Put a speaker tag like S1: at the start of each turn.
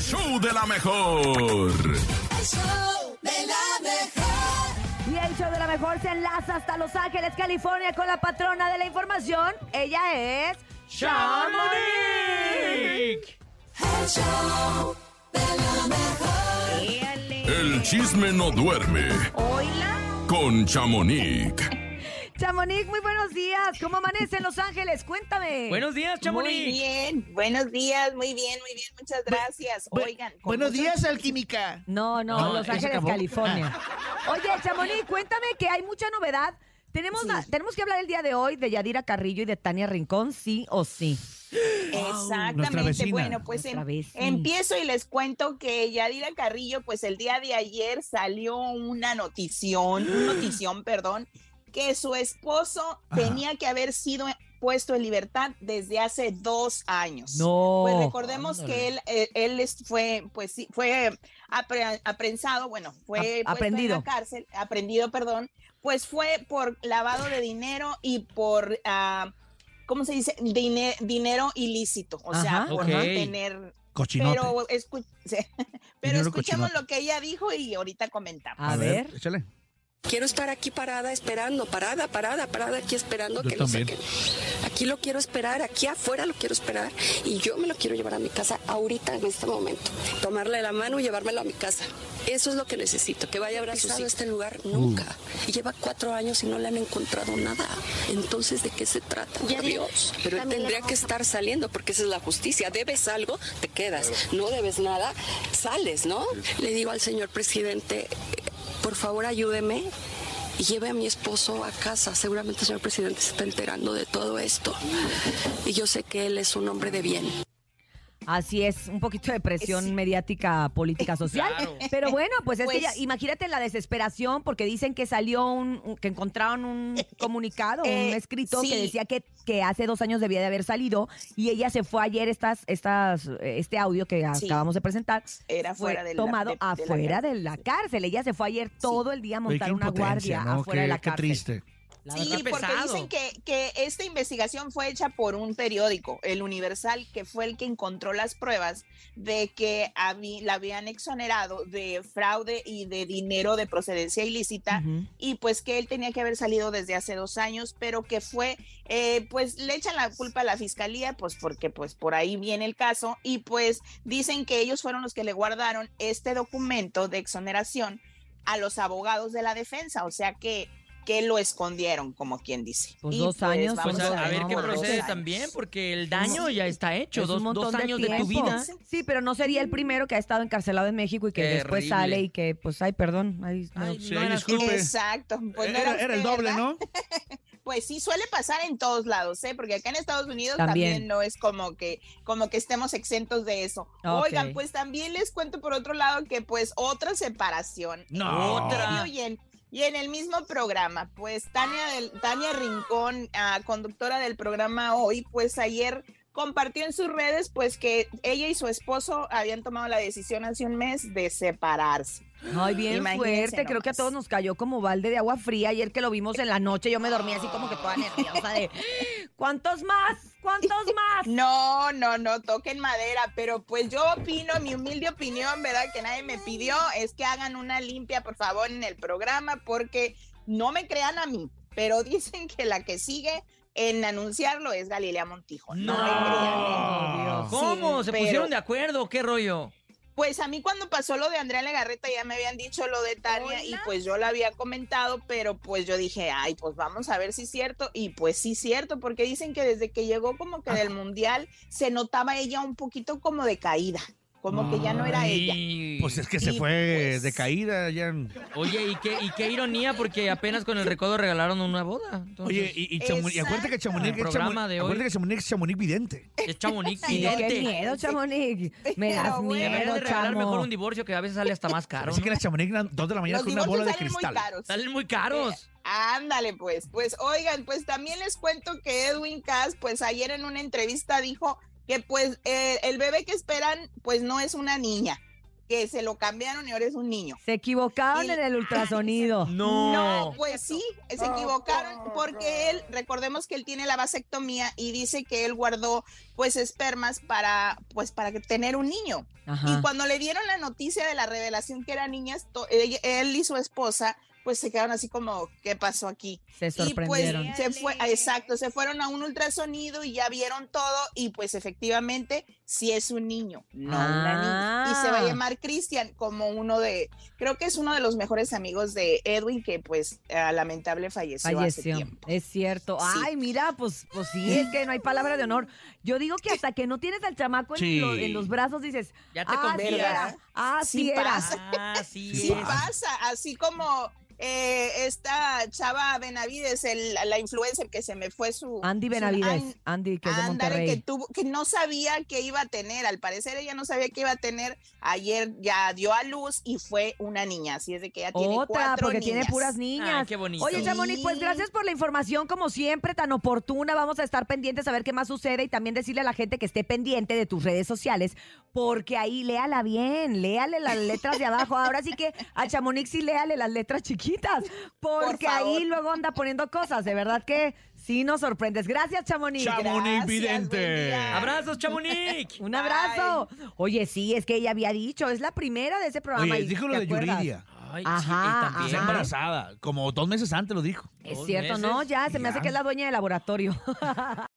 S1: show de la mejor.
S2: El show de la mejor.
S3: Y el show de la mejor se enlaza hasta Los Ángeles, California, con la patrona de la información. Ella es.
S4: Chamonix.
S2: El show de la mejor.
S1: El chisme no duerme
S3: Hola.
S1: con Chamonix.
S3: Chamonix, muy buenos días. ¿Cómo amanece en Los Ángeles? Cuéntame.
S4: Buenos días,
S5: Muy
S4: Chamonix.
S5: bien, buenos días, muy bien, muy bien, muchas gracias. Oigan, con
S6: Buenos
S5: mucho-
S6: días, alquímica.
S3: No, no,
S4: No,
S3: Los
S4: ya se
S3: Ángeles,
S4: acabó.
S3: California. Oye, Chamonix, cuéntame que hay mucha novedad. Tenemos, la- tenemos que hablar el día de hoy de Yadira Carrillo y de Tania Rincón, sí o sí.
S4: nuestra
S5: Exactamente.
S4: vecina.
S5: Bueno, pues
S3: Nuestra
S5: em-
S3: vecina.
S5: empiezo y les cuento que Yadira Carrillo, pues el día de ayer salió una notición, una notición, perdón, que su esposo
S4: Ajá.
S5: tenía que haber sido puesto en libertad desde hace dos años.
S3: No.
S5: Pues recordemos
S4: Ándale.
S5: que él, eh, él es- fue, pues sí, fue apre- aprensado, bueno, fue
S3: Ap-
S5: puesto
S3: aprendido.
S5: en la cárcel, aprendido, perdón, pues fue por lavado de dinero y por, ah, ¿cómo se dice? Dine- dinero ilícito, o sea,
S3: Ajá.
S5: por
S4: Ok.
S5: no tener,
S6: Cochinote.
S5: pero, escu- pero
S6: Dinero
S5: escuchemos
S6: cochinote.
S5: lo que ella dijo y ahorita comentamos.
S3: A ver.
S6: Échale.
S7: Quiero estar aquí parada esperando, parada, parada, parada, aquí esperando
S6: Yo
S7: que
S6: también.
S7: lo saquen. Aquí lo quiero esperar, aquí afuera lo quiero esperar y yo me lo quiero llevar a mi casa ahorita en este momento. Tomarle la mano y llevármelo a mi casa. Eso es lo que necesito, que vaya a abrazar este lugar
S6: Mm.
S7: nunca. Y lleva cuatro años y no le han encontrado nada. Entonces, ¿de qué se trata? Por Dios. Pero él tendría que estar saliendo porque esa es la justicia. Debes algo, te quedas. No debes nada, sales, ¿no? Le digo al señor presidente, "Eh, por favor ayúdeme y lleve a mi esposo a casa. Seguramente el señor presidente se está enterando de todo esto. Y yo sé que él es un hombre de bien.
S3: Así es, un poquito de presión mediática, política, social.
S4: Claro.
S3: Pero bueno, pues es que
S5: Pues-
S3: ya, imagínate la desesperación porque dicen que salió un, un- que encontraron un comunicado,
S5: Eh,
S3: un escrito que
S5: sí.
S3: decía que, que hace dos años debía de haber salido y ella se fue ayer estas, estas, eh, este audio que
S5: Sí.
S3: acabamos de presentar.
S5: Era
S3: Fue
S5: fuera de la-
S3: tomado
S5: de- de la
S3: afuera
S5: cárcel.
S3: de la cárcel. Ella se fue ayer todo el día a
S6: Oye, qué
S3: montar una
S6: impotencia,
S3: guardia
S6: ¿no?
S3: afuera
S6: Qué-
S3: de la
S6: qué
S3: cárcel.
S6: triste.
S3: La
S5: Sí,
S3: verdad,
S4: verdad,
S5: porque
S4: pesado.
S5: dicen que, que esta investigación fue hecha por un periódico, El Universal, que fue el que encontró las pruebas de que habí- la habían exonerado de fraude y de dinero de procedencia ilícita
S3: ujú.
S5: y pues que él tenía que haber salido desde hace dos años, pero que fue, eh, pues le echan la culpa a la fiscalía, pues porque pues por ahí viene el caso y pues dicen que ellos fueron los que le guardaron este documento de exoneración a los abogados de la defensa, o sea que que lo escondieron, como quien dice.
S3: Pues
S5: Y,
S3: dos años son
S4: Pues
S5: vamos
S3: dos
S4: a, a ver
S3: no,
S4: qué
S3: por
S5: por dos
S4: procede
S5: años.
S4: también, porque el daño ya está hecho.
S3: Es
S4: dos
S3: un montón
S4: dos años de,
S3: tiempo.
S4: tu vida.
S3: Sí, pero no sería
S5: Mm.
S3: el primero que ha estado encarcelado en México y que después
S4: Terrible.
S3: sale y que, pues, ay, perdón. ay, no.
S4: Ay,
S6: Sí,
S4: no
S6: ahí
S4: eras tú.
S6: disculpe.
S5: Exacto. pues no
S6: era,
S5: era
S6: era el
S5: usted,
S6: doble,
S5: ¿verdad?
S6: ¿no?
S5: Pues sí, suele pasar en todos lados, ¿eh? Porque acá en Estados Unidos
S3: También.
S5: también, no es como que, como que estemos exentos de eso.
S3: Ok.
S5: Oigan, pues también les cuento por otro lado que pues otra separación.
S4: No. Otra.
S5: Y en, y en el mismo programa, pues Tania, del- Tania Rincón, ah, conductora del programa hoy, pues ayer compartió en sus redes pues que ella y su esposo habían tomado la decisión hace un mes de separarse.
S3: Ay, bien
S5: Imagínense
S3: fuerte. Creo que a
S5: nomás.
S3: todos nos cayó como balde de agua fría. Ayer que lo vimos en la noche, yo me dormí así como que toda nerviosa de ¿cuántos más? ¿Cuántos más?
S5: No, no, no, toquen madera, pero pues yo opino, mi humilde opinión, ¿verdad? Que nadie me pidió, es que hagan una limpia, por favor, en el programa, porque no me crean a mí, pero dicen que la que sigue en anunciarlo es Galilea Montijo. No, me crean.
S3: Dios.
S4: ¿Cómo?
S5: Sí,
S4: ¿Se
S5: pero-
S4: pusieron de acuerdo? ¿Qué rollo?
S5: Pues a mí cuando pasó lo de Andrea Legarreta ya me habían dicho lo de Tania y pues yo la había comentado, pero pues yo dije, ay, pues vamos a ver si es cierto. Y pues sí es cierto, porque dicen que desde que llegó como que del Mundial se notaba ella un poquito como decaída, como que ya no era ella.
S4: Ay.
S6: Pues es que se
S5: Y
S6: fue
S5: pues-
S6: de caída. Ya.
S4: Oye, ¿y qué, y qué ironía, porque apenas con el recodo regalaron una boda. Entonces,
S6: Oye, y, y Chamonix- y acuérdate que
S5: Exacto.
S6: Chamonix
S4: El
S6: es
S4: programa
S6: Chamonix-
S4: de hoy.
S6: acuérdate que Chamonix es Chamonix vidente.
S4: es Chamonix.
S5: Sí,
S3: Ay,
S4: vidente.
S3: qué miedo, Chamonix. Me das
S5: Pero bueno.
S4: Deberían
S3: miedo,
S4: de regalar mejor
S3: chamo.
S4: un divorcio que a veces sale hasta más caro.
S6: Así que
S4: ¿no?
S6: la Chamonix eran dos de la mañana
S5: Los
S6: con una bola de
S5: divorcios salen muy
S6: cristal.
S5: caros.
S4: Salen muy caros.
S5: Ándale, pues, pues, oigan, pues también les cuento que Edwin Cass, pues ayer en una entrevista dijo que pues eh, el bebé que esperan, pues no es una niña, que se lo cambiaron y ahora es un niño.
S3: Se equivocaron
S5: Y-
S3: en el ultrasonido.
S4: No.
S5: Pues sí, se equivocaron porque él, recordemos que él tiene la vasectomía y dice que él guardó pues espermas para pues para que- tener un niño.
S3: Ajá.
S5: Y cuando le dieron la noticia de la revelación que eran niñas, to- ella- él y su esposa pues se quedaron así como ¿qué pasó aquí?
S3: Se
S5: Y pues
S3: sorprendieron.
S5: se fue, ah, exacto, se fueron a un ultrasonido y ya vieron todo y pues efectivamente si es un niño, no una niña. Y se va
S3: Ah.
S5: a llamar Cristian como uno de, creo que es uno de los mejores amigos de Edwin que pues ah, lamentable falleció,
S3: Falleció.
S5: hace tiempo.
S3: Es cierto.
S5: Sí.
S3: Ay, mira, pues, pues sí, es que no hay palabra de honor. Yo digo que hasta que no tienes al chamaco en,
S6: Sí.
S3: lo- en los brazos dices,
S4: Ya te
S3: ah, sí
S4: confías.
S3: era,
S5: ¿verdad?
S3: ah,
S5: Sí
S3: sí era.
S5: pasa.
S4: Ah, sí.
S5: Sí
S4: es.
S5: pasa, así como eh, esta chava Benavides, el- la influencer que se me fue su...
S3: Andy
S5: su- An-
S3: Benavides, Andy, que es de
S5: Ándale, que
S3: Monterrey.
S5: tuvo, que no sabía que iba a tener, al parecer ella no sabía que iba a tener, ayer ya dio a luz y fue una niña, así es de que ella tiene
S3: Otra,
S5: cuatro
S3: porque
S5: niñas.
S3: tiene puras
S4: Ay,
S3: niñas.
S4: qué bonito.
S3: Oye, Chamonix, pues
S5: Sí.
S3: gracias por la información, como siempre, tan oportuna. Vamos a estar pendientes a ver qué más sucede y también decirle a la gente que esté pendiente de tus redes sociales, porque ahí léala bien, léale las letras de abajo. Ahora sí que a Chamonix sí léale las letras chiquitas, porque ahí
S5: favor.
S3: luego anda poniendo cosas. De verdad que sí nos sorprendes. Gracias, Chamonix.
S5: Chamonix vidente.
S4: Abrazos, Chamonix.
S3: Un abrazo. Oye, sí, es que ella había dicho, es la primera de ese programa.
S6: Oye,
S3: y-
S6: dijo lo
S3: ¿te
S6: de
S3: acuerdas?
S6: Yuridia.
S4: Ay,
S3: Ajá,
S4: sí, también.
S6: Está embarazada. Como dos meses antes lo dijo.
S3: Es
S4: Dos
S3: cierto, ¿no?
S4: meses,
S3: Ya, se me hace
S6: ya.
S3: que es la dueña del laboratorio.